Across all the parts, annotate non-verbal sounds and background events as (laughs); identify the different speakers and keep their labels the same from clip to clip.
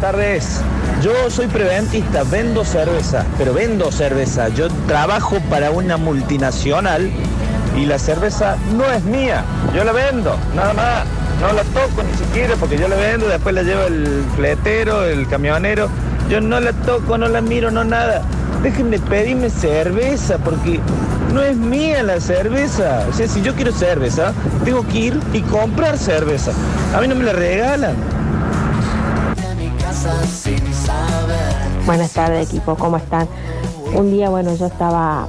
Speaker 1: tardes. Yo soy preventista, vendo cerveza, pero vendo cerveza. Yo trabajo para una multinacional y la cerveza no es mía. Yo la vendo, nada más. No la toco ni siquiera porque yo la vendo, después la lleva el fletero, el camionero. Yo no la toco, no la miro, no nada. Déjenme pedirme cerveza porque no es mía la cerveza. O sea, si yo quiero cerveza, tengo que ir y comprar cerveza. A mí no me la regalan.
Speaker 2: Buenas tardes equipo, ¿cómo están? Un día, bueno, yo estaba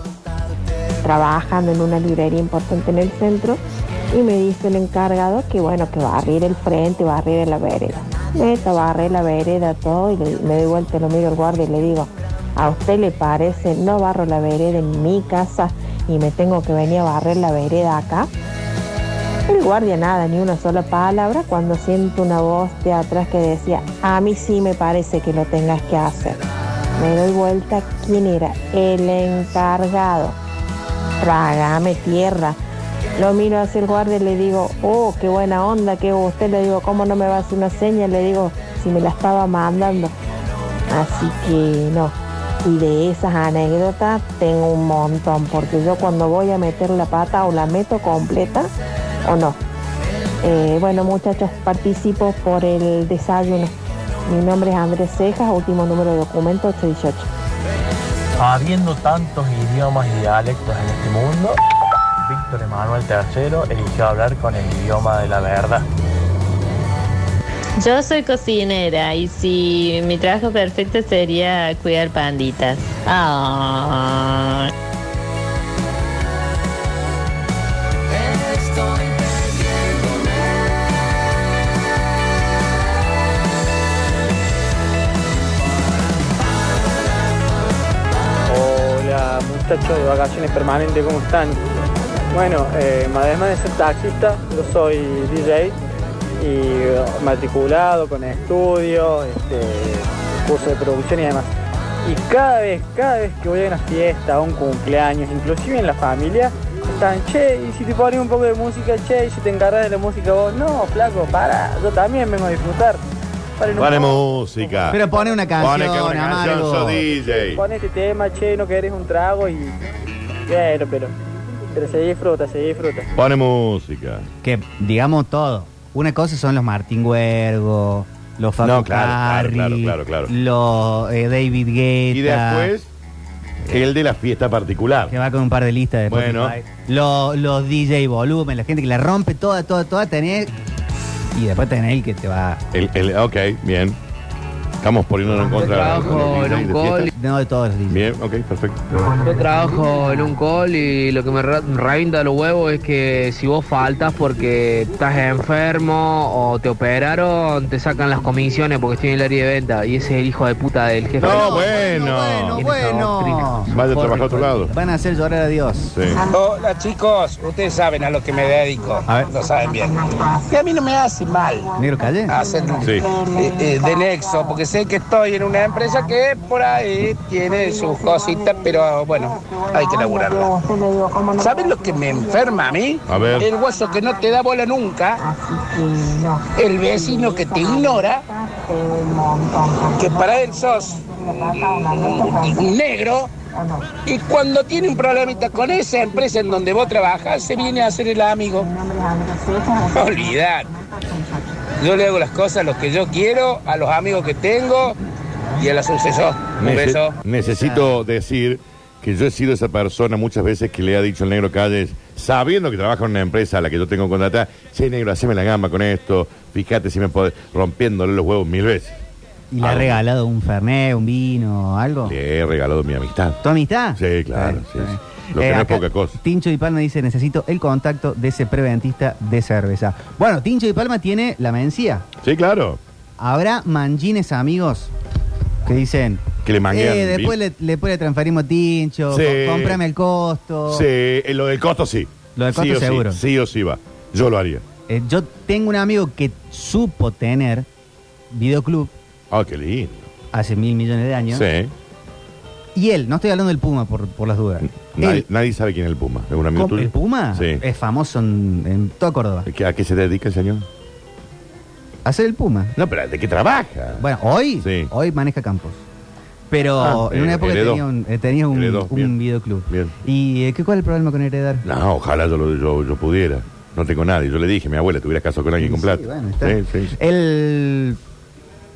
Speaker 2: trabajando en una librería importante en el centro y me dice el encargado que bueno, que va a abrir el frente, va a abrir la vereda. Neta, barré la vereda, todo, y le- me doy vuelta, lo miro al guardia y le digo, a usted le parece, no barro la vereda en mi casa y me tengo que venir a barrer la vereda acá. El guardia nada, ni una sola palabra, cuando siento una voz de atrás que decía, a mí sí me parece que lo tengas que hacer. Me doy vuelta, ¿quién era? El encargado. Trágame tierra. Lo miro hacia el guardia y le digo, oh, qué buena onda, qué usted. Le digo, ¿cómo no me va a hacer una seña? Le digo, si me la estaba mandando. Así que no. Y de esas anécdotas tengo un montón, porque yo cuando voy a meter la pata o la meto completa o no. Eh, bueno, muchachos, participo por el desayuno. Mi nombre es Andrés Cejas, último número de documento 818.
Speaker 3: Habiendo tantos idiomas y dialectos en este mundo, Víctor Emanuel III eligió hablar con el idioma de la verdad.
Speaker 4: Yo soy cocinera y si mi trabajo perfecto sería cuidar panditas. Ah.
Speaker 5: Hola muchachos de vacaciones permanentes, ¿cómo están? Bueno, eh, además de ser taxista, yo soy DJ y eh, matriculado con estudios, este, curso de producción y demás. Y cada vez, cada vez que voy a una fiesta, a un cumpleaños, inclusive en la familia, están, che, y si te pones un poco de música, che, y si te encargas de la música vos, no, flaco, para, yo también vengo a disfrutar. Paren un
Speaker 6: Pone
Speaker 5: poco.
Speaker 6: música.
Speaker 7: Pero pone una
Speaker 6: Pone que
Speaker 7: canción,
Speaker 6: una canción,
Speaker 7: amargo.
Speaker 6: sos DJ.
Speaker 5: Pon este tema, che, no querés un trago y. Bueno, pero. Pero se disfruta, se disfruta.
Speaker 6: Pone música.
Speaker 7: Que digamos todo. Una cosa son los Martín Huergo, los Fabio
Speaker 6: No, claro, claro,
Speaker 7: Carri,
Speaker 6: claro, claro, claro.
Speaker 7: los eh, David Guetta.
Speaker 6: Y después, el de la fiesta particular.
Speaker 7: Que va con un par de listas de
Speaker 6: Bueno.
Speaker 7: Spotify. Los, los DJ volumen, la gente que la rompe toda, toda, toda, tenés. Y después tenés el que te va.
Speaker 6: El, el- ok, bien. Estamos poniéndonos en contra de
Speaker 8: trabajo en
Speaker 6: los DJs
Speaker 8: un
Speaker 6: de fiesta.
Speaker 8: call.
Speaker 7: No de todos los DJs.
Speaker 6: Bien, ok, perfecto.
Speaker 8: Yo trabajo en un call y lo que me re- revienta los huevos es que si vos faltas porque estás enfermo o te operaron, te sacan las comisiones porque estoy en el área de venta y ese es el hijo de puta del jefe.
Speaker 6: No, bueno.
Speaker 7: Bueno, bueno.
Speaker 6: Vaya a trabajar a otro lado.
Speaker 7: Van a hacer llorar a Dios.
Speaker 6: Sí.
Speaker 9: Hola chicos, ustedes saben a lo que me dedico,
Speaker 7: A ver.
Speaker 9: lo saben bien. Y a mí no me hace mal
Speaker 7: Negro calle.
Speaker 9: hacer
Speaker 6: Ah, Sí.
Speaker 9: eh, eh, de nexo, porque sé que estoy en una empresa que por ahí tiene sus cositas, pero bueno, hay que laburarlo. ¿Saben lo que me enferma a mí?
Speaker 6: A ver.
Speaker 9: El hueso que no te da bola nunca, el vecino que te ignora, que para él sos un mm, negro.
Speaker 2: ah,
Speaker 9: Y cuando tiene un problemita con esa empresa en donde vos trabajás, se viene a hacer el amigo. (laughs) Olvidar. Yo le hago las cosas, los que yo quiero, a los amigos que tengo y a la sucesor. Un
Speaker 6: Nece-
Speaker 9: beso.
Speaker 6: necesito decir que yo he sido esa persona muchas veces que le ha dicho el negro Calles, sabiendo que trabaja en una empresa a la que yo tengo contratada, che negro, haceme la gamba con esto, fíjate si me podés, rompiéndole los huevos mil veces.
Speaker 7: ¿Y le ha
Speaker 6: Ah.
Speaker 7: regalado un fernet, un vino, algo?
Speaker 6: Le he regalado mi amistad.
Speaker 7: ¿Tu amistad?
Speaker 6: Sí, claro,
Speaker 7: Está
Speaker 6: sí,
Speaker 7: bien, está
Speaker 6: sí.
Speaker 7: bien.
Speaker 6: Lo que no es
Speaker 7: acá
Speaker 6: poca cosa.
Speaker 7: Tincho y Palma dice, necesito el contacto de ese preventista de cerveza. Bueno, Tincho y Palma tiene la mencía.
Speaker 6: Sí, claro.
Speaker 7: ¿Habrá manjines amigos que dicen...
Speaker 6: Que le manguean,
Speaker 7: "Eh, después, le, después le transferimos Tincho,
Speaker 6: Sí.
Speaker 7: co- cómprame el costo.
Speaker 6: Sí, eh, lo del costo sí.
Speaker 7: Lo del
Speaker 6: Sí
Speaker 7: costo
Speaker 6: o sí,
Speaker 7: seguro.
Speaker 6: Sí, o sí va. Yo lo haría.
Speaker 7: Eh, yo tengo un amigo que supo tener videoclub
Speaker 6: Ah, qué lindo.
Speaker 7: hace mil millones de años.
Speaker 6: Sí.
Speaker 7: Y él, no estoy hablando del Puma por, por las dudas.
Speaker 6: Nadie,
Speaker 7: Él,
Speaker 6: nadie sabe quién es el Puma. ¿Es un amigo
Speaker 7: com-
Speaker 6: tuyo?
Speaker 7: el Puma Eh.
Speaker 6: Sí.
Speaker 7: es famoso en, en toda Córdoba.
Speaker 6: ¿Qué- ¿A qué se dedica el señor?
Speaker 7: Hacer el Puma.
Speaker 6: No, pero ¿de qué trabaja?
Speaker 7: Bueno, hoy,
Speaker 6: Sí.
Speaker 7: hoy maneja campos.
Speaker 6: Ah,
Speaker 7: Pero en
Speaker 6: eh,
Speaker 7: una época
Speaker 6: heredó.
Speaker 7: tenía un, eh, tenía un,
Speaker 6: Heredó,
Speaker 7: un
Speaker 6: bien.
Speaker 7: videoclub.
Speaker 6: Bien.
Speaker 7: ¿Y eh, qué cuál es el problema con heredar?
Speaker 6: No, ojalá yo, lo- yo, yo pudiera. No tengo nadie. Yo le dije, mi abuela, tuviera caso con alguien con
Speaker 7: Sí,
Speaker 6: plata.
Speaker 7: bueno, está.
Speaker 6: Sí, sí, sí.
Speaker 7: El.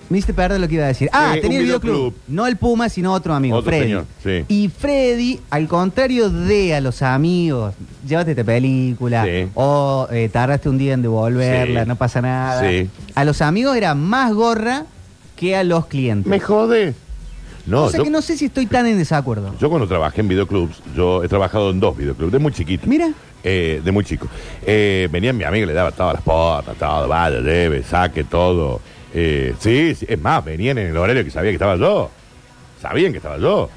Speaker 7: Me hiciste perder lo que iba a decir. Ah,
Speaker 6: Eh,
Speaker 7: tenía
Speaker 6: un
Speaker 7: el videoclub.
Speaker 6: videoclub.
Speaker 7: No el Puma, sino otro amigo,
Speaker 6: Otro
Speaker 7: Freddy.
Speaker 6: señor, sí.
Speaker 7: Y Freddy, al contrario de a los amigos, llévate esta película,
Speaker 6: Sí.
Speaker 7: o eh, tardaste un día en devolverla,
Speaker 6: Sí.
Speaker 7: no pasa nada.
Speaker 6: Sí.
Speaker 7: A los amigos era más gorra que a los clientes.
Speaker 6: Me jode. No,
Speaker 7: o sea
Speaker 6: yo,
Speaker 7: que no sé si estoy tan en desacuerdo.
Speaker 6: yo cuando trabajé en videoclubs, yo he trabajado en dos videoclubs, de muy chiquito.
Speaker 7: Mira.
Speaker 6: Eh, de muy chico. Eh, venía mi amigo y le daba todas las portas, todo, vaya, lleve, saque todo. Eh, sí, sí, es más, venían en el horario que sabía que estaba yo. Sabían que estaba yo.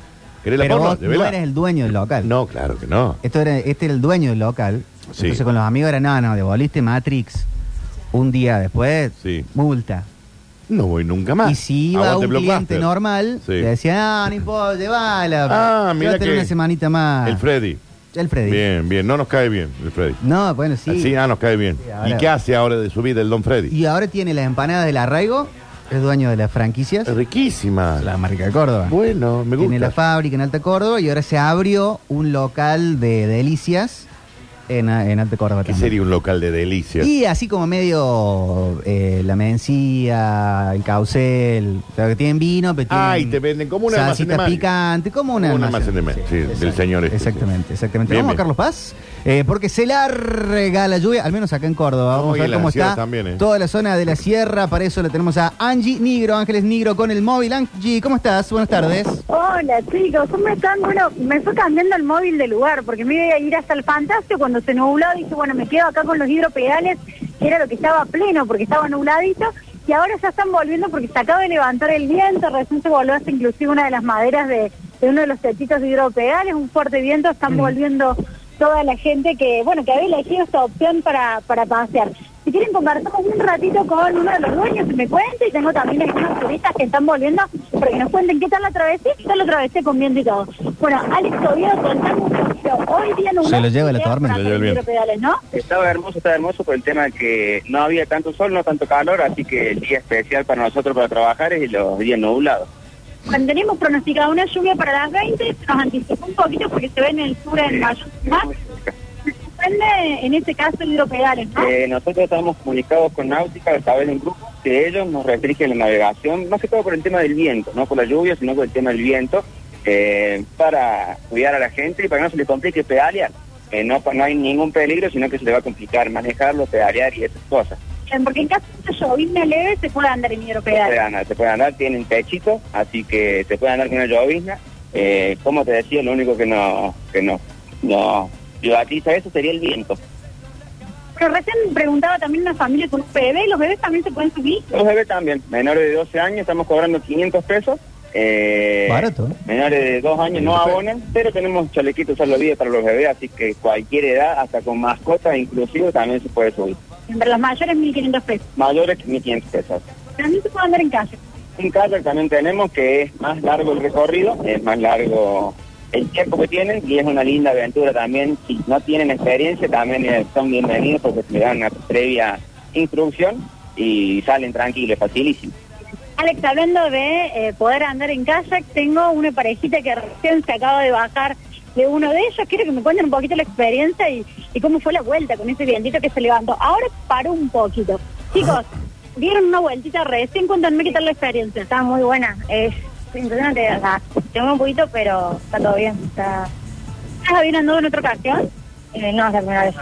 Speaker 6: ¿Querés la
Speaker 7: Pero
Speaker 6: porno?
Speaker 7: vos no
Speaker 6: Llévela.
Speaker 7: eres el dueño del local.
Speaker 6: No, claro que no.
Speaker 7: Esto era, este era el dueño del local.
Speaker 6: Sí.
Speaker 7: Entonces con los amigos era, no, no, devolviste Matrix un día después,
Speaker 6: Sí. Ah,
Speaker 7: multa.
Speaker 6: No voy nunca más.
Speaker 7: Y si iba
Speaker 6: Aguante
Speaker 7: un
Speaker 6: Blockbuster.
Speaker 7: cliente normal,
Speaker 6: Sí.
Speaker 7: le decía, ah, no importa, llevala.
Speaker 6: Ah, mira
Speaker 7: llévatela
Speaker 6: que-
Speaker 7: una semanita más.
Speaker 6: El Freddy.
Speaker 7: El Freddy.
Speaker 6: Bien, bien. No nos cae bien el Freddy.
Speaker 7: No, bueno, sí.
Speaker 6: Sí, ah, nos cae bien.
Speaker 7: Sí, ahora-
Speaker 6: ¿Y qué hace ahora de su vida el Don Freddy?
Speaker 7: Y ahora tiene las empanadas del arraigo, es dueño de las franquicias,
Speaker 6: Riquísima.
Speaker 7: la marca de Córdoba.
Speaker 6: Bueno, me gusta.
Speaker 7: Tiene la fábrica en Alta Córdoba y ahora se abrió un local de delicias en, en Alta Córdoba
Speaker 6: ¿Qué
Speaker 7: también.
Speaker 6: sería un local de delicias?
Speaker 7: Y así como medio eh, la mencía, el caucel, o sea, que tienen vino, pero tienen
Speaker 6: Ay, te venden como una almacén de
Speaker 7: salsita
Speaker 6: magia.
Speaker 7: picante, como una
Speaker 6: Como un almacén de magia, sí, del señor este,
Speaker 7: Exactamente, exactamente.
Speaker 6: Bien,
Speaker 7: Vamos
Speaker 6: bien.
Speaker 7: a Carlos Paz, eh, porque se larga la lluvia, al menos acá en Córdoba.
Speaker 6: No,
Speaker 7: Vamos
Speaker 6: y
Speaker 7: a ver
Speaker 6: en la
Speaker 7: cómo
Speaker 6: sierra
Speaker 7: está
Speaker 6: también, ¿eh?
Speaker 7: toda la zona de la sierra. Para eso la tenemos a Angie Nigro, Ángeles Nigro con el móvil. Angie, ¿cómo estás? Buenas tardes.
Speaker 10: Hola chicos, ¿cómo están? Bueno, me fue cambiando el móvil de lugar porque me iba a ir hasta el Fantasio cuando se nubló. Dije, bueno, me quedo acá con los hidropedales, que era lo que estaba pleno porque estaba nubladito. Y ahora ya están volviendo porque se acaba de levantar el viento. Recién se volvió hasta inclusive una de las maderas de, de uno de los techitos de hidropedales. Un fuerte viento, están volviendo toda la gente que, bueno, que había elegido esta opción para, para pasear. Si quieren conversamos un ratito con uno de los dueños que me cuente y tengo también algunos turistas que están volviendo para que nos cuenten qué tal la travesía, qué tal la travesía con viento y todo. Bueno, Alex Oviedo, contame un poquito. Hoy día no
Speaker 7: Se lo lleva la tormenta.
Speaker 6: Se lo lleva el viento.
Speaker 10: pedales, ¿no?
Speaker 5: Estaba hermoso, estaba hermoso por el tema que no había tanto sol, no tanto calor, así que el día especial para nosotros para trabajar es los días nublados.
Speaker 10: Bueno, tenemos pronosticada una lluvia para las 20, nos anticipó un poquito porque se ve en el sur en mayo más. Depende, en este caso, el hidropedales, ¿no?
Speaker 5: Eh, nosotros estamos comunicados con Náutica a través de un grupo que ellos nos restringen la navegación, más que todo por el tema del viento, no por la lluvia, sino por el tema del viento, eh, para cuidar a la gente y para que no se le complique pedalear. Eh, no, pa- no hay ningún peligro, sino que se le va a complicar manejarlo, pedalear y esas cosas.
Speaker 10: Porque en caso de llovizna leve se puede andar en
Speaker 5: Se puede
Speaker 10: hidropedales.
Speaker 5: andar, se puede andar, tienen techito, así que se puede andar con una llovizna. Eh, como te decía, lo único que no, que no, no privatiza eso sería el viento.
Speaker 10: Pero recién preguntaba también una familia con un bebé, ¿los bebés también se pueden subir?
Speaker 5: Los bebés también, menores de 12 años, estamos cobrando 500 pesos. Eh,
Speaker 7: Barato.
Speaker 5: Menores de 2 años no abonan, pero tenemos chalequitos salvavidas para los bebés, así que cualquier edad, hasta con mascotas inclusive, también se puede subir.
Speaker 10: Entre los mayores, 1.500 pesos.
Speaker 5: Mayores, 1.500 pesos.
Speaker 10: También se puede andar en calle.
Speaker 5: Un kayak también tenemos que es más largo el recorrido, es más largo el tiempo que tienen y es una linda aventura también. Si no tienen experiencia, también eh, son bienvenidos porque se le dan una previa instrucción y salen tranquilos, facilísimo.
Speaker 10: Alex, hablando de eh, poder andar en kayak, tengo una parejita que recién se acaba de bajar de uno de ellos. Quiero que me cuenten un poquito la experiencia y, y cómo fue la vuelta con ese vientito que se levantó. Ahora paró un poquito. Chicos, dieron una vueltita recién, cuéntame qué tal la experiencia. Está muy buena, es impresionante, de verdad. Tengo un poquito, pero está todo bien. Está... ¿Estás bien andado en otra ocasión? no, es la primera vez.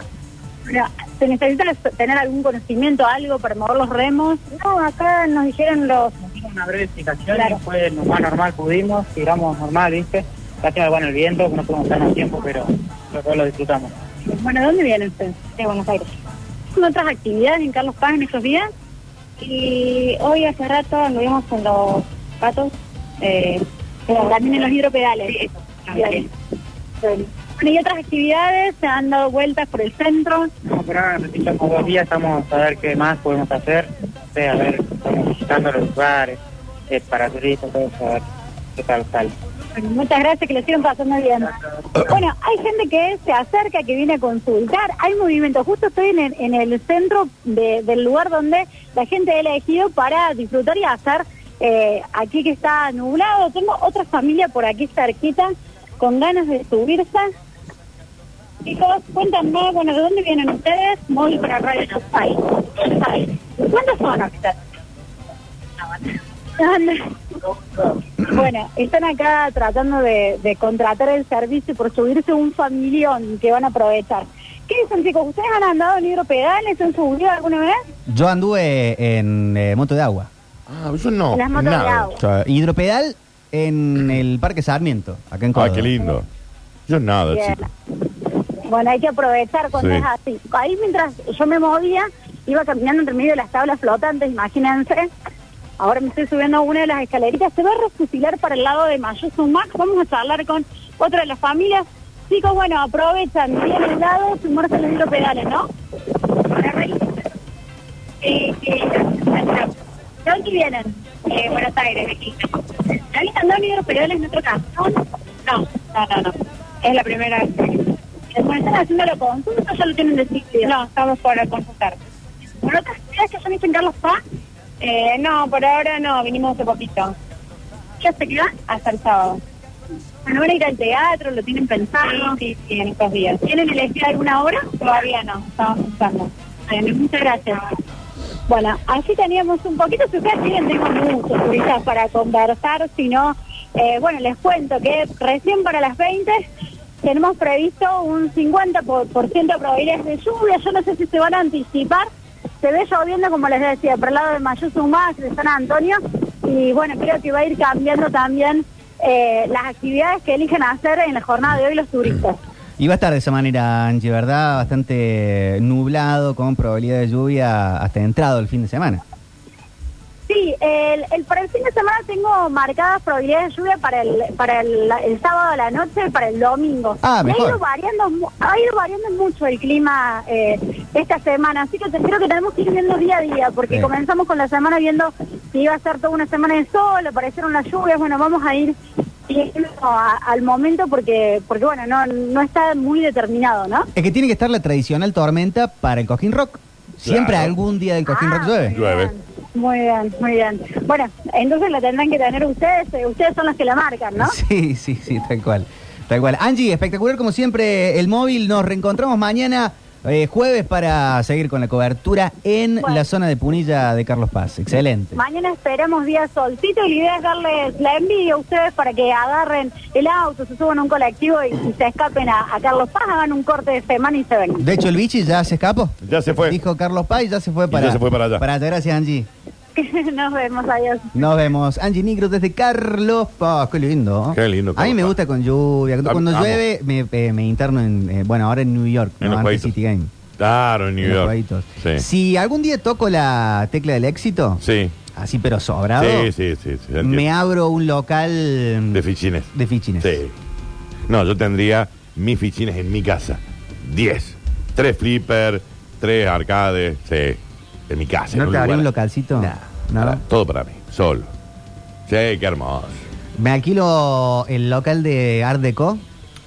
Speaker 10: Mira, ¿Se necesita tener algún conocimiento, algo para mover los remos? No, acá nos dijeron los...
Speaker 5: Una breve explicación,
Speaker 10: Claro.
Speaker 5: fue lo más normal pudimos, tiramos normal, ¿viste? Lástima, bueno, el viento, no podemos estar más tiempo, pero lo, lo disfrutamos.
Speaker 10: Bueno, ¿de dónde vienen ustedes? De Buenos Aires. ¿Son otras actividades en Carlos Paz en estos días? Y hoy hace rato anduvimos en los patos. eh, también en los hidropedales. Bien. Bueno, ¿y otras actividades? ¿Se han dado vueltas por el centro?
Speaker 5: No, pero ahora necesitamos dos días, vamos a ver qué más podemos hacer. Sí, a ver, estamos visitando los lugares eh, para turistas, todo eso, a ver qué tal sale.
Speaker 10: Muchas gracias, que lo sigan pasando bien. Bueno, hay gente que se acerca, que viene a consultar, hay movimiento. Justo estoy en el, en el centro de- del lugar donde la gente ha elegido para disfrutar y hacer. eh, aquí que está nublado, tengo otra familia por aquí cerquita con ganas de subirse. Chicos, cuéntame, bueno, ¿de dónde vienen ustedes? Móvil para Radio Chupay. ¿Cuántas son ahorita? Bueno, están acá tratando de, de contratar el servicio por subirse un familión que van a aprovechar. ¿Qué dicen chicos? ¿Ustedes han andado en hidropedales? ¿Se han subido alguna vez?
Speaker 7: Yo anduve en eh, moto de agua.
Speaker 6: Ah, yo no.
Speaker 10: Las motos de
Speaker 6: nada.
Speaker 10: agua.
Speaker 7: O sea, hidropedal en el Parque Sarmiento, acá en
Speaker 6: Ah,
Speaker 7: Córdoba.
Speaker 6: qué lindo. Yo nada,
Speaker 10: Bien.
Speaker 6: chico.
Speaker 10: Bueno, hay que aprovechar cuando
Speaker 6: Sí.
Speaker 10: es así. Ahí mientras yo me movía, iba caminando entre medio de las tablas flotantes, imagínense. Ahora me estoy subiendo a una de las escaleritas. Se va a refusilar para el lado de Mayoso Max. Vamos a charlar con otra de las familias. Chicos, bueno, aprovechan. Bien helados y muerten los hidropedales, ¿no? Eh, eh, ¿De dónde vienen? Eh, Buenos Aires, aquí. ¿Habéis andado en hidropedales en otro caso? No, no, no, no. Es la primera vez. Cuando están haciendo la consulta, ya lo tienen decidido. No, estamos por consultar. ¿Por otras ciudades que son en Carlos Paz? Eh, no, por ahora no, vinimos hace poquito. ¿Ya se quedan? Hasta el sábado. Bueno, van a ir al teatro, lo tienen pensado. Sí, sí, en estos días. ¿Tienen elegido alguna hora? Todavía no, estamos pensando. Bueno, muchas gracias. Bueno, así teníamos un poquito, si ustedes tienen tengo muchos turistas para conversar, si no, eh, bueno, les cuento que recién para las 20 tenemos previsto un 50% por- por ciento de probabilidades de lluvia, yo no sé si se van a anticipar, se ve lloviendo, como les decía, por el lado de Mayuzumás, de San Antonio, y bueno, creo que va a ir cambiando también eh, las actividades que eligen hacer en la jornada de hoy los turistas.
Speaker 7: Y va a estar de esa manera, Angie, ¿verdad? Bastante nublado, con probabilidad de lluvia hasta entrado el fin de semana.
Speaker 10: Sí, el, el- para el fin de semana tengo marcadas probabilidades de lluvia para el, para el, el sábado a la noche, para el domingo.
Speaker 7: Ah,
Speaker 10: Y
Speaker 7: mejor.
Speaker 10: Ha ido variando, mu- ha ido variando mucho el clima eh, esta semana, así que te- creo que tenemos que ir viendo día a día, porque
Speaker 7: Bien.
Speaker 10: comenzamos con la semana viendo si iba a ser toda una semana de sol, aparecieron las lluvias, bueno, vamos a ir viendo a- al momento porque, porque bueno, no, no está muy determinado, ¿no?
Speaker 7: Es que tiene que estar la tradicional tormenta para el Cojín Rock. Siempre
Speaker 6: Claro.
Speaker 7: algún día del Cojín
Speaker 10: Ah,
Speaker 7: Rock llueve.
Speaker 6: Llueve.
Speaker 10: Muy bien, muy bien. Bueno, entonces la tendrán que tener ustedes, eh, ustedes son los que la marcan, ¿no?
Speaker 7: (laughs) Sí, sí, sí, tal cual. Tal cual. Angie, espectacular como siempre el móvil. Nos reencontramos mañana, eh, jueves, para seguir con la cobertura en
Speaker 10: Bueno.
Speaker 7: la zona de Punilla de Carlos Paz. Excelente.
Speaker 10: Mañana esperamos día solcito y la idea es darles la envidia a ustedes para que agarren el auto, se suban a un colectivo y, y se escapen a, a Carlos Paz, hagan un corte de semana y se (laughs) vengan.
Speaker 7: De hecho, el bichi ya se escapó.
Speaker 6: Ya se fue.
Speaker 7: Dijo Carlos Paz y ya se fue para,
Speaker 6: ya se fue para allá.
Speaker 7: Para allá. Gracias, Angie.
Speaker 10: Nos vemos, adiós.
Speaker 7: Nos vemos. Angie Negro desde Carlos Paz. Qué lindo.
Speaker 6: Qué lindo,
Speaker 7: A mí
Speaker 6: Carlos
Speaker 7: me
Speaker 6: Paz.
Speaker 7: gusta con lluvia. Cuando,
Speaker 6: Am-
Speaker 7: cuando
Speaker 6: amo.
Speaker 7: llueve, me, eh, me interno en. eh, bueno, ahora en New York,
Speaker 6: En
Speaker 7: no
Speaker 6: los
Speaker 7: antes
Speaker 6: jueguitos.
Speaker 7: City Game.
Speaker 6: Claro, en
Speaker 7: en
Speaker 6: New
Speaker 7: los
Speaker 6: York.
Speaker 7: jueguitos.
Speaker 6: Sí.
Speaker 7: Si algún día toco la tecla del éxito,
Speaker 6: Sí.
Speaker 7: así pero sobrado,
Speaker 6: Sí, sí, sí. sí, entiendo.
Speaker 7: me abro un local
Speaker 6: De fichines.
Speaker 7: de fichines.
Speaker 6: Sí. No, yo tendría mis fichines en mi casa. Diez. Tres flipper, tres arcades, sí. En mi casa.
Speaker 7: ¿No
Speaker 6: en
Speaker 7: te abrí
Speaker 6: lugar.
Speaker 7: un localcito? ¿Nada?
Speaker 6: Para- todo para mí, solo. Sí, qué hermoso.
Speaker 7: Me alquilo el local de Art Deco,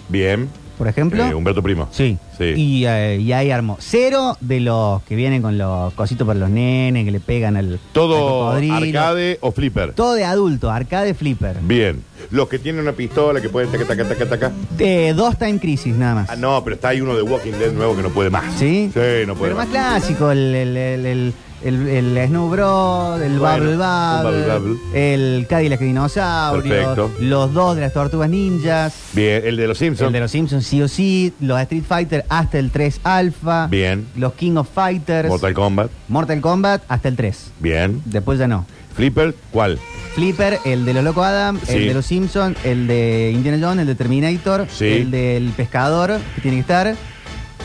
Speaker 6: Bien.
Speaker 7: por ejemplo.
Speaker 6: Eh, Humberto Primo.
Speaker 7: Sí.
Speaker 6: Sí.
Speaker 7: Y, eh, y ahí armo. Cero de los que vienen con los cositos para los nenes, que le pegan al.
Speaker 6: Todo
Speaker 7: al cocodrilo.
Speaker 6: arcade o flipper.
Speaker 7: Todo de adulto, arcade flipper.
Speaker 6: Bien. Los que tienen una pistola que pueden taca, taca, taca, taca.
Speaker 7: Eh, dos Time Crisis nada más.
Speaker 6: Ah, no, pero está ahí uno de Walking Dead nuevo que no puede más.
Speaker 7: ¿Sí?
Speaker 6: Sí, no puede
Speaker 7: Pero más
Speaker 6: más.
Speaker 7: clásico, el, el, el, el, el- el Snow Bros, el
Speaker 6: Bueno,
Speaker 7: Bubble
Speaker 6: un Bubble
Speaker 7: Bubble, el Cadillac Dinosaurio,
Speaker 6: Perfecto.
Speaker 7: los dos de las Tortugas Ninjas,
Speaker 6: Bien, el de los Simpsons.
Speaker 7: el de los Simpsons sí o sí, los Street Fighter hasta el 3 Alpha,
Speaker 6: Bien.
Speaker 7: los King of Fighters,
Speaker 6: Mortal Kombat.
Speaker 7: Mortal Kombat hasta el 3,
Speaker 6: Bien.
Speaker 7: después ya no.
Speaker 6: Flipper, ¿cuál?
Speaker 7: Flipper, el de los Loco Adam,
Speaker 6: Sí.
Speaker 7: el de los Simpsons, el de Indiana Jones, el de Terminator,
Speaker 6: Sí.
Speaker 7: el del pescador, que tiene que estar,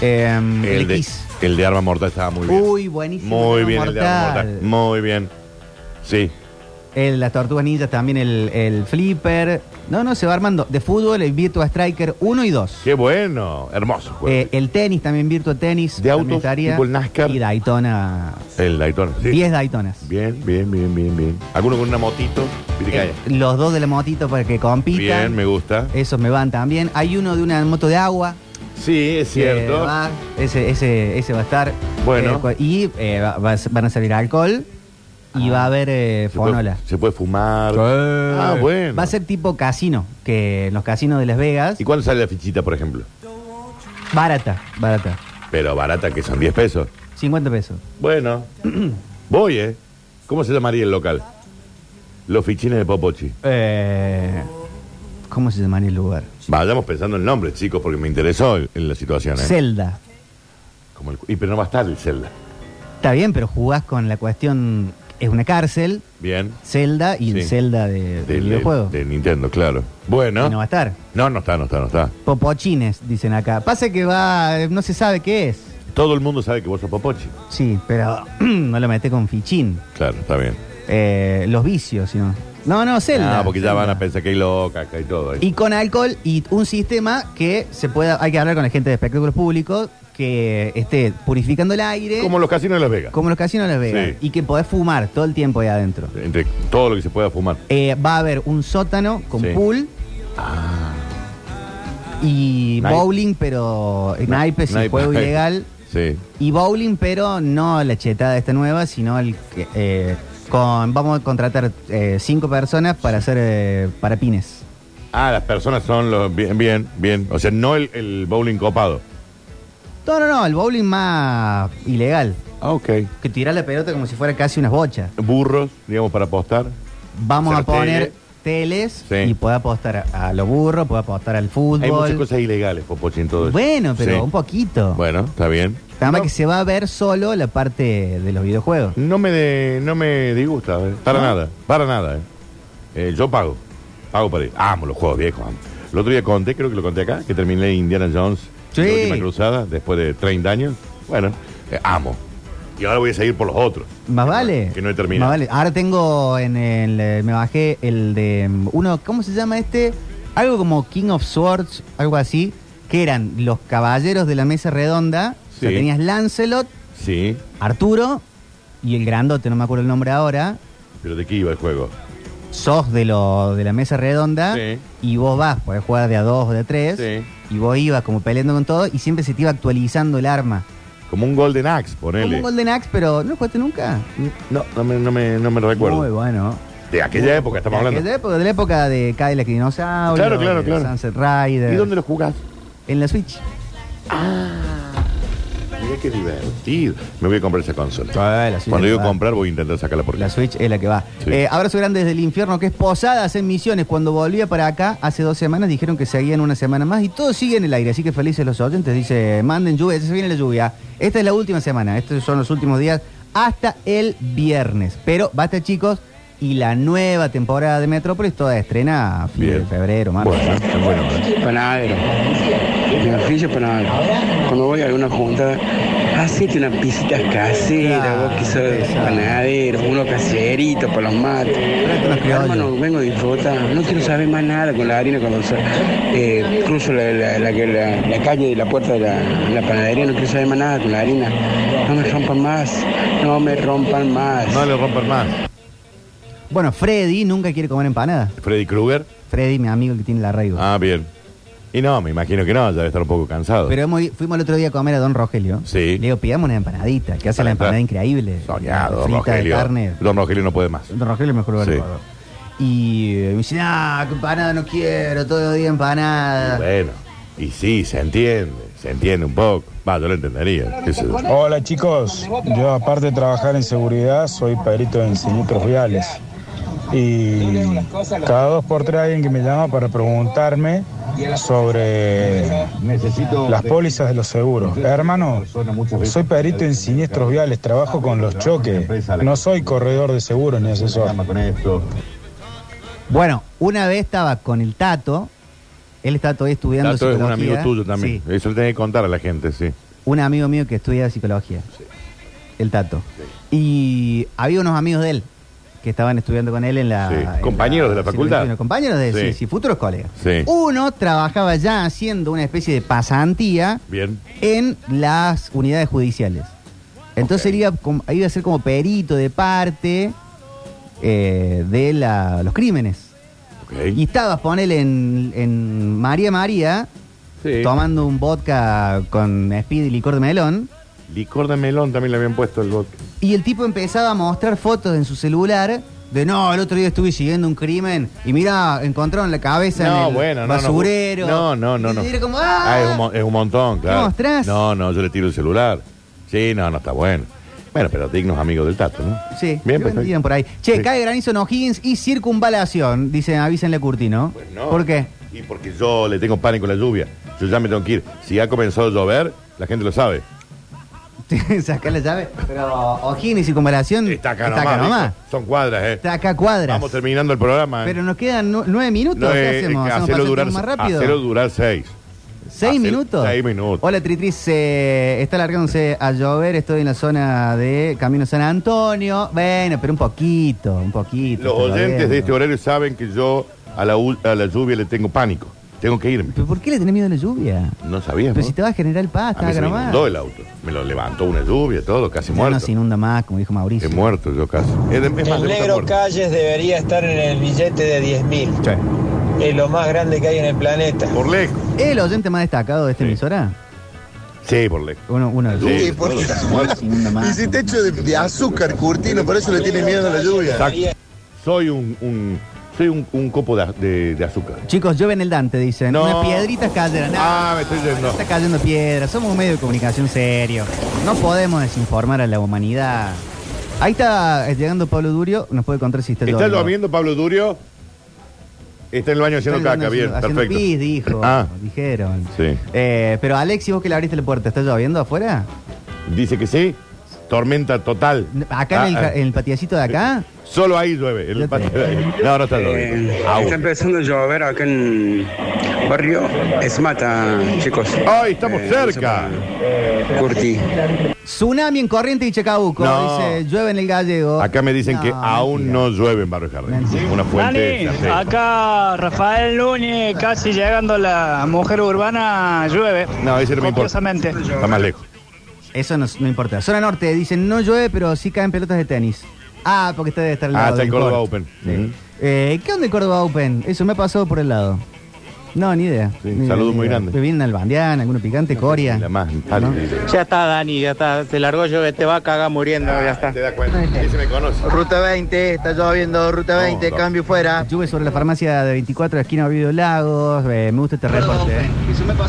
Speaker 7: em, el,
Speaker 6: de,
Speaker 7: X.
Speaker 6: el de Arma Mortal estaba muy bien.
Speaker 7: Uy, buenísimo.
Speaker 6: muy
Speaker 7: Arma
Speaker 6: bien el de Arma Mortal. Muy bien. Sí.
Speaker 7: El, las tortugas ninjas también, el, el flipper, No, no, se va armando. De fútbol, el Virtua Striker 1 y 2.
Speaker 6: Qué bueno, hermoso juego.
Speaker 7: Eh, el tenis también, Virtua Tenis.
Speaker 6: De autos,
Speaker 7: también estaría.
Speaker 6: tipo el NASCAR.
Speaker 7: Y Daytona.
Speaker 6: el Daytona. sí.
Speaker 7: 10 Daytonas.
Speaker 6: Bien, bien, bien, bien, bien. Alguno con una motito, viste que hay.
Speaker 7: Eh, los dos de la motito para que compitan.
Speaker 6: Bien, me gusta.
Speaker 7: Esos me van también. Hay uno de una moto de agua.
Speaker 6: Sí, es
Speaker 7: Eh,
Speaker 6: cierto.
Speaker 7: va, ese, ese, ese va a estar.
Speaker 6: Bueno.
Speaker 7: Eh, cu- y eh, va- va a ser- van a salir alcohol y va a haber eh,
Speaker 6: se, puede,
Speaker 7: fonola.
Speaker 6: se puede fumar.
Speaker 7: eh.
Speaker 6: Ah, bueno.
Speaker 7: Va a ser tipo casino, que en los casinos de Las Vegas.
Speaker 6: ¿Y cuándo sale la fichita, por ejemplo?
Speaker 7: Barata, barata.
Speaker 6: Pero barata, que son 10 pesos.
Speaker 7: 50 pesos.
Speaker 6: Bueno, (clears throat) voy, ¿eh? ¿Cómo se llamaría el local? Los fichines de Popochi.
Speaker 7: Eh, ¿Cómo se llamaría el lugar?
Speaker 6: Vayamos pensando el nombre, chicos, porque me interesó el- en la situación, ¿eh?
Speaker 7: Zelda.
Speaker 6: Como el- y pero no va a estar el Zelda.
Speaker 7: Está bien, pero jugás con la cuestión. Es una cárcel,
Speaker 6: Bien.
Speaker 7: Zelda y el
Speaker 6: Sí.
Speaker 7: Zelda de, del
Speaker 6: Del-
Speaker 7: videojuego.
Speaker 6: de Nintendo, claro. Bueno.
Speaker 7: Y no va a estar.
Speaker 6: No, no está, no está, no está.
Speaker 7: Popochines, dicen acá. Pasa que va. eh, No se sabe qué es.
Speaker 6: Todo el mundo sabe que vos sos Popochi.
Speaker 7: Sí, pero (clears throat) no lo meté con fichín.
Speaker 6: Claro, está bien.
Speaker 7: Eh, los vicios, sino. No, no, Zelda.
Speaker 6: Ah, porque ya
Speaker 7: Zelda.
Speaker 6: van a pensar que hay loca, acá y todo. ¿eh?
Speaker 7: Y con alcohol y un sistema que se pueda. Hay que hablar con la gente de espectáculos públicos que esté purificando el aire.
Speaker 6: Como los casinos de Las Vegas.
Speaker 7: como los casinos de Las Vegas.
Speaker 6: Sí.
Speaker 7: Y que podés fumar todo el tiempo ahí adentro.
Speaker 6: Entre todo lo que se pueda fumar.
Speaker 7: Eh, va a haber un sótano con
Speaker 6: Sí. Ah.
Speaker 7: pool. Y
Speaker 6: Nai-
Speaker 7: bowling, pero en naipes y
Speaker 6: Naipe.
Speaker 7: juego ilegal.
Speaker 6: Sí.
Speaker 7: Y bowling, pero no la chetada esta nueva, sino el que, eh, con vamos a contratar eh, cinco personas para hacer eh, parapines.
Speaker 6: Ah, las personas son los. Bien, bien, bien. O sea, no el, el bowling copado.
Speaker 7: No, no, no, el bowling más ilegal.
Speaker 6: Ah, ok.
Speaker 7: Que tirar la pelota como si fuera casi unas bochas.
Speaker 6: Burros, digamos, para apostar.
Speaker 7: Vamos a
Speaker 6: Hacer
Speaker 7: poner teles
Speaker 6: Sí.
Speaker 7: y puede apostar a los burros, puede apostar al
Speaker 6: Hay muchas
Speaker 7: fútbol.
Speaker 6: cosas ilegales, Popochi, en todo eso.
Speaker 7: Bueno, pero
Speaker 6: Sí.
Speaker 7: un poquito.
Speaker 6: Bueno, está bien.
Speaker 7: Nada más que se va a ver solo la parte de los videojuegos.
Speaker 6: No me, de- no me disgusta, eh. para
Speaker 7: Ah.
Speaker 6: nada, para nada. eh. Eh, yo pago, pago para ir. Amo los juegos viejos. amo. El otro día conté, creo que lo conté acá, que terminé Indiana Jones,
Speaker 7: Sí.
Speaker 6: la última cruzada, después de 30 años. Bueno, eh, amo. Y ahora voy a seguir por los otros.
Speaker 7: Más vale.
Speaker 6: Que no he terminado.
Speaker 7: Más vale. Ahora tengo en el. eh, Me bajé el de. mm, Uno, ¿cómo se llama este? Algo como King of Swords, algo así. Que eran los caballeros de la mesa redonda. O sea,
Speaker 6: Sí.
Speaker 7: tenías Lancelot,
Speaker 6: Sí,
Speaker 7: Arturo y el grandote, no me acuerdo el nombre ahora.
Speaker 6: pero ¿de qué iba el juego?
Speaker 7: Sos de lo de la mesa redonda
Speaker 6: Sí.
Speaker 7: y vos vas, podés jugar de a dos o de a tres.
Speaker 6: Sí.
Speaker 7: Y vos ibas como peleando con todo y siempre se te iba actualizando el arma.
Speaker 6: Como un Golden Axe, ponele.
Speaker 7: Como un Golden Axe, pero ¿no lo jugaste nunca?
Speaker 6: No, no me, no me, no me recuerdo.
Speaker 7: Muy bueno.
Speaker 6: De aquella época estamos
Speaker 7: de
Speaker 6: hablando.
Speaker 7: aquella época, de la época de Cadillac y Dinosaurio.
Speaker 6: Claro, claro,
Speaker 7: de
Speaker 6: claro.
Speaker 7: Sunset Rider.
Speaker 6: ¿Y dónde lo jugás?
Speaker 7: En la Switch.
Speaker 6: Mira qué divertido. Me voy a comprar esa consola.
Speaker 7: Ah, la Switch.
Speaker 6: Cuando digo comprar, voy a intentar sacarla porque
Speaker 7: La Switch es la que va.
Speaker 6: Sí.
Speaker 7: Eh, abrazo grande desde el infierno, que es Posadas en Misiones. Cuando volvía para acá, hace dos semanas, dijeron que seguían una semana más y todo sigue en el aire. Así que felices los oyentes. Dice, manden lluvia, se viene la lluvia. Esta es la última semana, estos son los últimos días hasta el viernes. Pero basta, chicos. Y la nueva temporada de Metrópolis toda estrena a fin
Speaker 6: Bien.
Speaker 7: de febrero, marzo.
Speaker 6: Bueno, es bueno. ¿eh?
Speaker 9: Panadero. Mi oficio es panadero. Cuando voy a alguna junta, hacete unas pisitas caseras,
Speaker 7: Claro,
Speaker 9: vos que sos
Speaker 7: exacto.
Speaker 9: panadero, unos caseritos para los mates.
Speaker 7: Tráete unos criollos.
Speaker 9: Hermano, vengo de disfrutar, no quiero saber más nada con la harina cuando sa- eh, cruzo la, la- la- la- la calle de la puerta de la, la panadería, no quiero saber más nada con la harina. No me rompan más, no me rompan más.
Speaker 6: No le rompan más.
Speaker 7: Bueno, Freddy nunca quiere comer empanada.
Speaker 6: Freddy Krueger.
Speaker 7: Freddy, mi amigo que tiene la radio.
Speaker 6: Ah, bien. Y no, me imagino que no, ya debe estar un poco cansado.
Speaker 7: Pero hemos- fuimos el otro día a comer a Don Rogelio.
Speaker 6: Sí.
Speaker 7: Le digo, pidamos una empanadita, que hace
Speaker 6: Para
Speaker 7: la empanada
Speaker 6: entrar.
Speaker 7: increíble.
Speaker 6: Soñado, don
Speaker 7: Frita de
Speaker 6: Rogelio.
Speaker 7: carne.
Speaker 6: Don Rogelio no puede más.
Speaker 7: Don Rogelio es el mejor lugar
Speaker 6: Sí.
Speaker 7: del mundo. Y eh, me dice, ah, que empanada no quiero, todo el día empanada.
Speaker 6: Bueno, y sí, se entiende, se entiende un poco. Va, yo lo entendería. qué sé yo.
Speaker 7: Oh,
Speaker 11: Hola chicos, yo aparte de trabajar en seguridad soy perito en siniestros viales y cada dos por tres alguien que me llama para preguntarme sobre las pólizas de los seguros. Hermano, soy perito en siniestros viales, trabajo con los choques, no soy corredor de seguros ni asesor.
Speaker 7: Bueno, una vez estaba con el Tato, él está todavía estudiando
Speaker 6: Tato es un
Speaker 7: psicología. ¿eh?
Speaker 6: amigo tuyo también.
Speaker 7: Sí,
Speaker 6: Eso le tenés que contar a la gente, sí.
Speaker 7: un amigo mío que estudia psicología. El Tato. Y había unos amigos de él que estaban estudiando con él en la.
Speaker 6: Sí,
Speaker 7: en la-
Speaker 6: compañeros de la
Speaker 7: siglo
Speaker 6: facultad.
Speaker 7: XXI, compañeros de. Sí.
Speaker 6: Sí.
Speaker 7: sí, futuros colegas.
Speaker 6: Sí.
Speaker 7: Uno trabajaba ya haciendo una especie de pasantía
Speaker 6: Bien.
Speaker 7: en las unidades judiciales. Entonces él iba, com- iba a ser como perito de parte eh, de la- los crímenes.
Speaker 6: Ok.
Speaker 7: Y estabas, ponele, en, en María María,
Speaker 6: Sí.
Speaker 7: tomando un vodka con speed y licor de melón.
Speaker 6: Licor de melón también le habían puesto el vodka.
Speaker 7: Y el tipo empezaba a mostrar fotos en su celular de no, el otro día estuve siguiendo un crimen y mira, encontraron la cabeza en
Speaker 6: No,
Speaker 7: el
Speaker 6: bueno, no.
Speaker 7: basurero.
Speaker 6: No, no, no.
Speaker 7: Y
Speaker 6: no, no.
Speaker 7: era como, ¡ah!
Speaker 6: es, un, mon- es un montón, claro.
Speaker 7: mostrás?
Speaker 6: No, no, yo le tiro el celular. Sí, no, no está bueno. Bueno, pero dignos amigos del tato, ¿no?
Speaker 7: Sí,
Speaker 6: Bien,
Speaker 7: lo
Speaker 6: perfecto.
Speaker 7: entienden por ahí. Che,
Speaker 6: Sí.
Speaker 7: cae granizo en O'Higgins y circunvalación, dicen, avísenle a Curtino.
Speaker 6: Pues no.
Speaker 7: ¿Por qué? (laughs)
Speaker 6: Y porque yo le tengo pánico a la lluvia. Yo ya me tengo que ir. Si ha comenzado a llover, la gente lo sabe.
Speaker 7: Sacá la llave. Pero O'Higgins y circunvalación
Speaker 6: Está acá nomás.
Speaker 7: Mm. nomás.
Speaker 6: viejo. Son cuadras, ¿eh?
Speaker 7: Está acá cuadras.
Speaker 6: Vamos terminando el programa. ¿eh?
Speaker 7: Pero nos quedan nu- nueve minutos.
Speaker 6: No, eh,
Speaker 7: ¿Qué hacemos?
Speaker 6: que
Speaker 7: ¿Hacemos
Speaker 6: hacerlo
Speaker 7: pasar
Speaker 6: durar,
Speaker 7: más rápido?
Speaker 6: hacerlo durar seis.
Speaker 7: ¿Seis
Speaker 6: Hacer-
Speaker 7: minutos?
Speaker 6: seis minutos.
Speaker 7: Hola, Tritris. eh, está largándose a llover. Estoy en la zona de Camino San Antonio. Bueno, pero un poquito, un poquito.
Speaker 6: Los
Speaker 7: está
Speaker 6: oyentes
Speaker 7: lloviendo.
Speaker 6: de este horario saben que yo a la, u- a la lluvia le tengo pánico. Tengo que irme.
Speaker 7: ¿Pero por qué le tenés miedo a la lluvia?
Speaker 6: No sabías,
Speaker 7: Pero
Speaker 6: ¿no?
Speaker 7: si te va a generar paz,
Speaker 6: A
Speaker 7: está
Speaker 6: mí se me
Speaker 7: grabado.
Speaker 6: inundó el auto. Me lo levantó una lluvia, todo, casi muerto.
Speaker 7: No se inunda más, como dijo Mauricio.
Speaker 6: He muerto yo casi. Es, de- es más
Speaker 12: El
Speaker 6: de
Speaker 12: negro
Speaker 6: muerto.
Speaker 12: Calles debería estar en el billete de 10.000. mil.
Speaker 7: Che.
Speaker 12: Es lo más grande que hay en el planeta.
Speaker 6: Por lejos.
Speaker 7: ¿El oyente más destacado de esta emisora?
Speaker 6: Sí, por lejos.
Speaker 7: Uno, uno de los
Speaker 6: Sí,
Speaker 7: dos. Casi muerto, se inunda más.
Speaker 8: Hiciste hecho de, de azúcar, Curtino, por eso le tiene miedo a la lluvia.
Speaker 6: Exacto. Soy un, un- soy un, un copo de, de- de azúcar.
Speaker 7: Chicos, llueve en el Dante, dicen.
Speaker 6: No.
Speaker 7: Unas piedritas cayeron. No,
Speaker 6: Ah, me estoy yendo.
Speaker 7: Está cayendo piedra. Somos un medio de comunicación serio. No podemos desinformar a la humanidad. Ahí está eh, llegando Pablo Durio. Nos puede contar si está
Speaker 6: ¿Está
Speaker 7: lloviendo.
Speaker 6: lloviendo Pablo Durio? Está en el baño
Speaker 7: Está
Speaker 6: haciendo
Speaker 7: lloviendo,
Speaker 6: caca, bien,
Speaker 7: haciendo
Speaker 6: perfecto.
Speaker 7: pis, dijo.
Speaker 6: Ah,
Speaker 7: Dijeron.
Speaker 6: Sí.
Speaker 7: Eh, pero Alexi, vos que le abriste la puerta, ¿está lloviendo afuera?
Speaker 6: dice que sí. Tormenta total.
Speaker 7: ¿Acá
Speaker 6: Ah,
Speaker 7: en, el,
Speaker 6: ah,
Speaker 7: ja- en el patiacito de acá?
Speaker 6: Solo ahí llueve. en el
Speaker 7: Yo te-
Speaker 6: patio (laughs) de ahí. No, no está lloviendo.
Speaker 5: Está
Speaker 6: Aún.
Speaker 5: empezando a llover acá en barrio Esmata, chicos.
Speaker 6: ¡Ay, estamos cerca!
Speaker 5: Curti.
Speaker 7: Tsunami en Corriente y Chacabuco.
Speaker 6: No.
Speaker 7: Dice, llueve en el gallego.
Speaker 6: Acá me dicen que
Speaker 7: No,
Speaker 6: aún
Speaker 7: mentira.
Speaker 6: no llueve en Barrio Jardín.
Speaker 7: Mentira.
Speaker 6: Una fuente.
Speaker 9: Dani,
Speaker 6: de café.
Speaker 9: acá Rafael Núñez, casi llegando la mujer urbana, llueve.
Speaker 6: No, ese no me importa.
Speaker 9: Copiosamente.
Speaker 6: Está más lejos.
Speaker 7: Eso no, no importa. Zona Norte, dicen, no llueve, pero sí caen pelotas de tenis. Ah, porque está de estar al
Speaker 6: Ah,
Speaker 7: lado
Speaker 6: está el
Speaker 7: del
Speaker 6: Córdoba
Speaker 7: court.
Speaker 6: Open. Mm.
Speaker 7: Sí.
Speaker 6: Ujú.
Speaker 7: Eh, ¿Qué onda el Córdoba Open? Eso me ha pasado por el lado. No, ni idea.
Speaker 6: Sí,
Speaker 7: Ni-
Speaker 6: saludo
Speaker 7: ni
Speaker 6: muy
Speaker 7: idea.
Speaker 6: grande.
Speaker 7: Me vienen Albandián, alguno picante, Coria.
Speaker 6: La más pálida.
Speaker 9: Ya está, Dani, ya está. Se largó llueve, te va a cagar muriendo, ya está.
Speaker 6: Ah, Te das cuenta. Ese me conoce.
Speaker 9: Ruta 20, está lloviendo, Ruta
Speaker 6: 20, No, no.
Speaker 9: cambio fuera.
Speaker 7: Lluve sobre la farmacia de 24 de esquina Ovidio Lagos. Eh, me gusta este reporte. eh.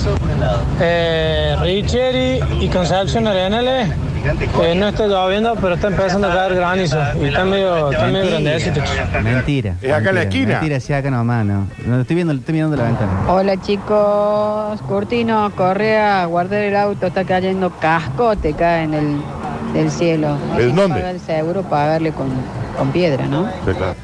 Speaker 9: Eh, Richeri y Concepción Arenales. eh, no está lloviendo, pero está empezando a caer granizo. Y está medio, está medio grandecito.
Speaker 7: Mentira.
Speaker 6: Es acá en la
Speaker 7: mentira,
Speaker 6: esquina.
Speaker 7: Mentira, sí, acá nomás, no. No, estoy viendo, estoy mirando la ventana.
Speaker 13: Hola chicos, Curtino, corre a guardar el auto, está cayendo cascote cae en el del cielo.
Speaker 6: ¿En dónde?
Speaker 13: Paga el seguro pagarle con, con piedra, ¿no?
Speaker 6: Sí, claro.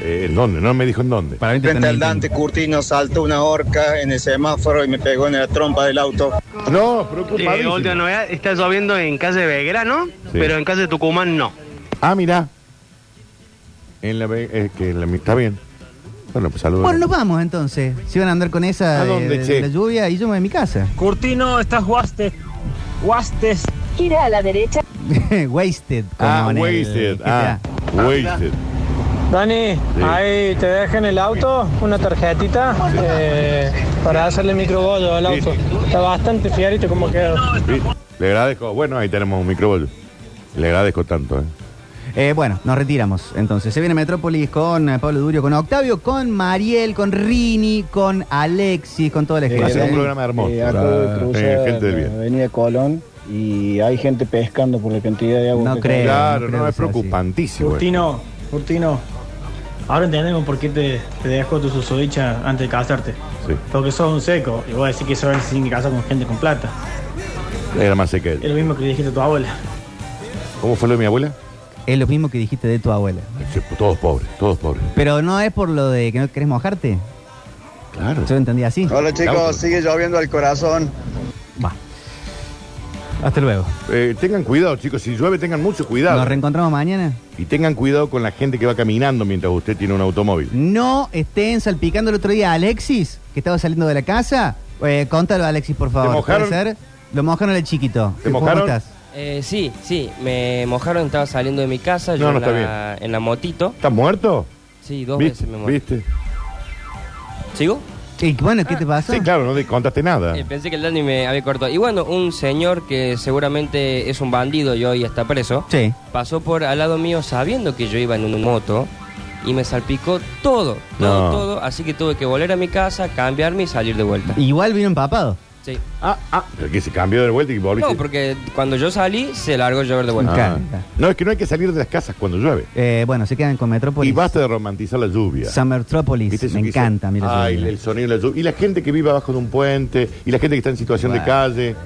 Speaker 6: Eh, ¿En dónde? No me dijo en dónde.
Speaker 7: Para mí te
Speaker 8: Frente
Speaker 7: están
Speaker 8: al Dante
Speaker 7: mintiendo.
Speaker 8: Curtino saltó una horca en el semáforo y me pegó en la trompa del auto.
Speaker 6: No, preocupadísimo.
Speaker 14: novedad, está lloviendo en calle Belgrano,
Speaker 6: pero en
Speaker 14: calle Tucumán no.
Speaker 6: Ah, mira. En la, ve- eh, que en la, está bien. Bueno, pues saludos.
Speaker 7: Bueno, nos vamos entonces. Si van a andar con esa
Speaker 6: ¿A
Speaker 7: de-
Speaker 6: dónde,
Speaker 7: de-
Speaker 6: che?
Speaker 7: de la lluvia, y yo me voy a mi casa.
Speaker 9: Curtino, estás guaste. Guastes.
Speaker 2: Gira a la derecha.
Speaker 7: (laughs) wasted.
Speaker 6: ah,
Speaker 7: como en el
Speaker 6: wasted.
Speaker 7: GTA.
Speaker 6: Ah, wasted.
Speaker 9: Dani, ahí te dejan el auto, una tarjetita eh, para hacerle microbollo al auto. Está bastante fiarito como quedó.
Speaker 6: ¿Sí? Le agradezco. Bueno, ahí tenemos un microbollo. Le agradezco tanto, ¿eh?
Speaker 7: Eh, bueno, nos retiramos. Entonces, se viene Metrópolis con eh, Pablo Durio, con Octavio, con Mariel, con Rini, con Alexis, con todo el
Speaker 6: Va a
Speaker 7: equipo.
Speaker 6: ser Eh, un programa hermoso.
Speaker 12: Eh, acabo de
Speaker 6: Ah,
Speaker 12: cruzar
Speaker 6: eh, gente del
Speaker 12: la
Speaker 6: bien.
Speaker 12: Avenida Colón y hay gente pescando por la cantidad de agua
Speaker 7: No
Speaker 12: que
Speaker 9: eh,
Speaker 7: creo.
Speaker 6: Claro,
Speaker 7: creo
Speaker 6: no,
Speaker 7: que
Speaker 6: es
Speaker 7: sea así.
Speaker 6: preocupantísimo. eh.
Speaker 9: Curtino, Curtino. Ahora entendemos por qué te, te dejó tu susodicha antes de casarte.
Speaker 6: Sí.
Speaker 9: Porque sos un seco y vos decís que sos sin casar con gente con plata.
Speaker 6: Era más seca.
Speaker 9: Es lo mismo que le dijiste a tu abuela.
Speaker 6: ¿Cómo fue lo de mi abuela?
Speaker 7: Es lo mismo que dijiste de tu abuela.
Speaker 6: Sí, pues, Todos pobres, todos pobres.
Speaker 7: Pero no es por lo de que no querés mojarte.
Speaker 6: Claro. Ah.
Speaker 7: Yo lo entendí así.
Speaker 8: Hola
Speaker 6: chicos,
Speaker 8: sigue lloviendo al corazón.
Speaker 7: Va. Hasta luego.
Speaker 6: Eh, tengan cuidado, chicos. Si llueve, tengan mucho cuidado.
Speaker 7: ¿Nos reencontramos mañana?
Speaker 6: Y tengan cuidado con la gente que va caminando mientras usted tiene un automóvil.
Speaker 7: No estén salpicando el otro día a Alexis, que estaba saliendo de la casa. Eh, contalo, Alexis, por favor.
Speaker 6: mojaron?
Speaker 7: ¿Puede ser? Lo mojaron al chiquito.
Speaker 6: ¿Te mojaron?
Speaker 7: ¿Cómo estás?
Speaker 15: Eh, sí, sí, me mojaron, estaba saliendo de mi casa, yo
Speaker 6: No, no
Speaker 15: en,
Speaker 6: está
Speaker 15: la, en la motito.
Speaker 6: ¿Estás muerto?
Speaker 15: Sí, dos
Speaker 6: ¿Viste?
Speaker 15: veces me morí.
Speaker 6: ¿Viste?
Speaker 15: ¿Sigo?
Speaker 7: Y bueno, ¿qué te pasó?
Speaker 6: Sí, claro, no te contaste nada.
Speaker 15: Eh, pensé que el Dani me había cortado. Y bueno, un señor que seguramente es un bandido y hoy está preso,
Speaker 7: Sí.
Speaker 15: pasó por al lado mío sabiendo que yo iba en una moto y me salpicó todo, todo,
Speaker 7: No.
Speaker 15: todo. Así que tuve que volver a mi casa, cambiarme y salir de vuelta.
Speaker 7: Igual vino empapado.
Speaker 15: Sí.
Speaker 6: Ah, ah. que se cambió de vuelta y volviste.
Speaker 15: No, porque cuando yo salí, se largó a llover de vuelta.
Speaker 6: Ah. No, es que no hay que salir de las casas cuando llueve.
Speaker 7: Eh, bueno, se quedan con Metrópolis.
Speaker 6: Y basta de romantizar la lluvia. ¿Viste
Speaker 7: Summertrópolis.
Speaker 6: eso
Speaker 7: Me
Speaker 6: que dice?
Speaker 7: encanta, mira.
Speaker 6: Ay, el sonido de la lluvia. Y la gente que vive abajo de un puente, y la gente que está en situación de
Speaker 7: Bueno.
Speaker 6: calle,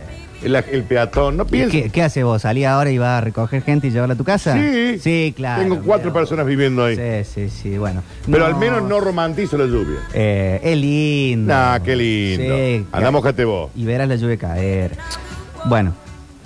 Speaker 6: el, el peatón, no piensen.
Speaker 7: ¿Qué, qué hace vos? ¿Salí ahora y vas a recoger gente y llevarla a tu casa?
Speaker 6: Sí.
Speaker 7: Sí, claro.
Speaker 6: Tengo cuatro personas viviendo ahí.
Speaker 7: Sí, sí, sí, bueno.
Speaker 6: Pero
Speaker 7: No.
Speaker 6: al menos no romantizo la lluvia.
Speaker 7: Eh, es lindo.
Speaker 6: Nah, qué lindo.
Speaker 7: Sí.
Speaker 6: Andá, mojate vos.
Speaker 7: Y verás la lluvia caer. Bueno,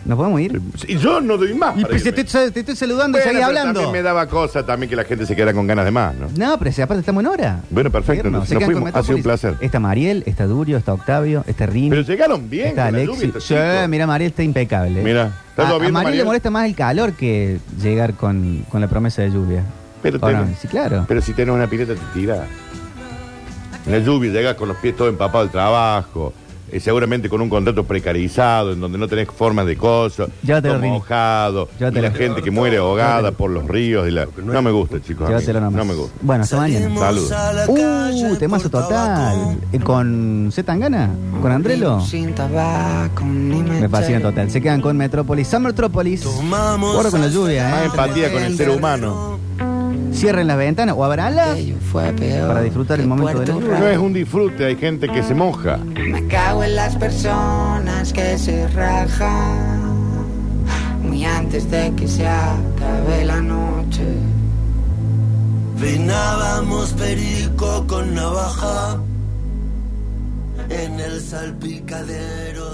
Speaker 7: ¿nos podemos ir?
Speaker 6: Y yo no doy más.
Speaker 7: Y
Speaker 6: para
Speaker 7: pues te
Speaker 6: irme.
Speaker 7: estoy, te estoy
Speaker 6: Bueno,
Speaker 7: saludando y seguí
Speaker 6: pero
Speaker 7: hablando.
Speaker 6: también me daba cosa también que la gente se quedara con ganas de más, ¿no?
Speaker 7: No, pero si aparte estamos en hora.
Speaker 6: Bueno, perfecto.
Speaker 7: Irnos,
Speaker 6: Nos,
Speaker 7: se
Speaker 6: nos
Speaker 7: quedan con
Speaker 6: fuimos. Ha sido un
Speaker 7: Metrópolis.
Speaker 6: placer.
Speaker 7: Está Mariel, está Durio, está Octavio, está Rini.
Speaker 6: Pero llegaron bien
Speaker 7: Está
Speaker 6: con la
Speaker 7: Alexis.
Speaker 6: lluvia estos chicos.
Speaker 7: Sí, mira, Mariel está impecable.
Speaker 6: Mira, está
Speaker 7: A- a,
Speaker 6: lloviendo,
Speaker 7: Mariel, le
Speaker 6: Mariel.
Speaker 7: molesta más el calor que llegar con, con la promesa de lluvia.
Speaker 6: Pero,
Speaker 7: ¿O no?
Speaker 6: tenés-
Speaker 7: Sí, claro.
Speaker 6: pero si tenés una pileta, te tira. En la lluvia llegas con los pies todos empapados del trabajo. eh, seguramente con un contrato precarizado, en donde no tenés formas de cosas,
Speaker 7: Llévatelo,
Speaker 6: todo
Speaker 7: Rini.
Speaker 6: mojado, y
Speaker 7: Llévatelo.
Speaker 6: la gente que muere ahogada por los ríos. y la- No me gusta, chicos. a mí.
Speaker 7: Llévatelo nomás.
Speaker 6: No me gusta.
Speaker 7: Bueno, hasta mañana.
Speaker 6: Saludos.
Speaker 7: Uh, temazo total. Eh, ¿Con Z Tangana? ¿Con Andrelo? Me fascina total. Se quedan con Metrópolis. San Metrópolis. Guarda con la lluvia, ¿eh?
Speaker 6: Más empatía con el ser humano.
Speaker 7: Cierren las ventanas o abranlas para disfrutar el momento de la lluvia.
Speaker 6: No es un disfrute, hay gente que se moja.
Speaker 13: Cago en las personas que se rajan muy antes de que se acabe la noche.
Speaker 16: Venábamos perico con navaja en el salpicadero.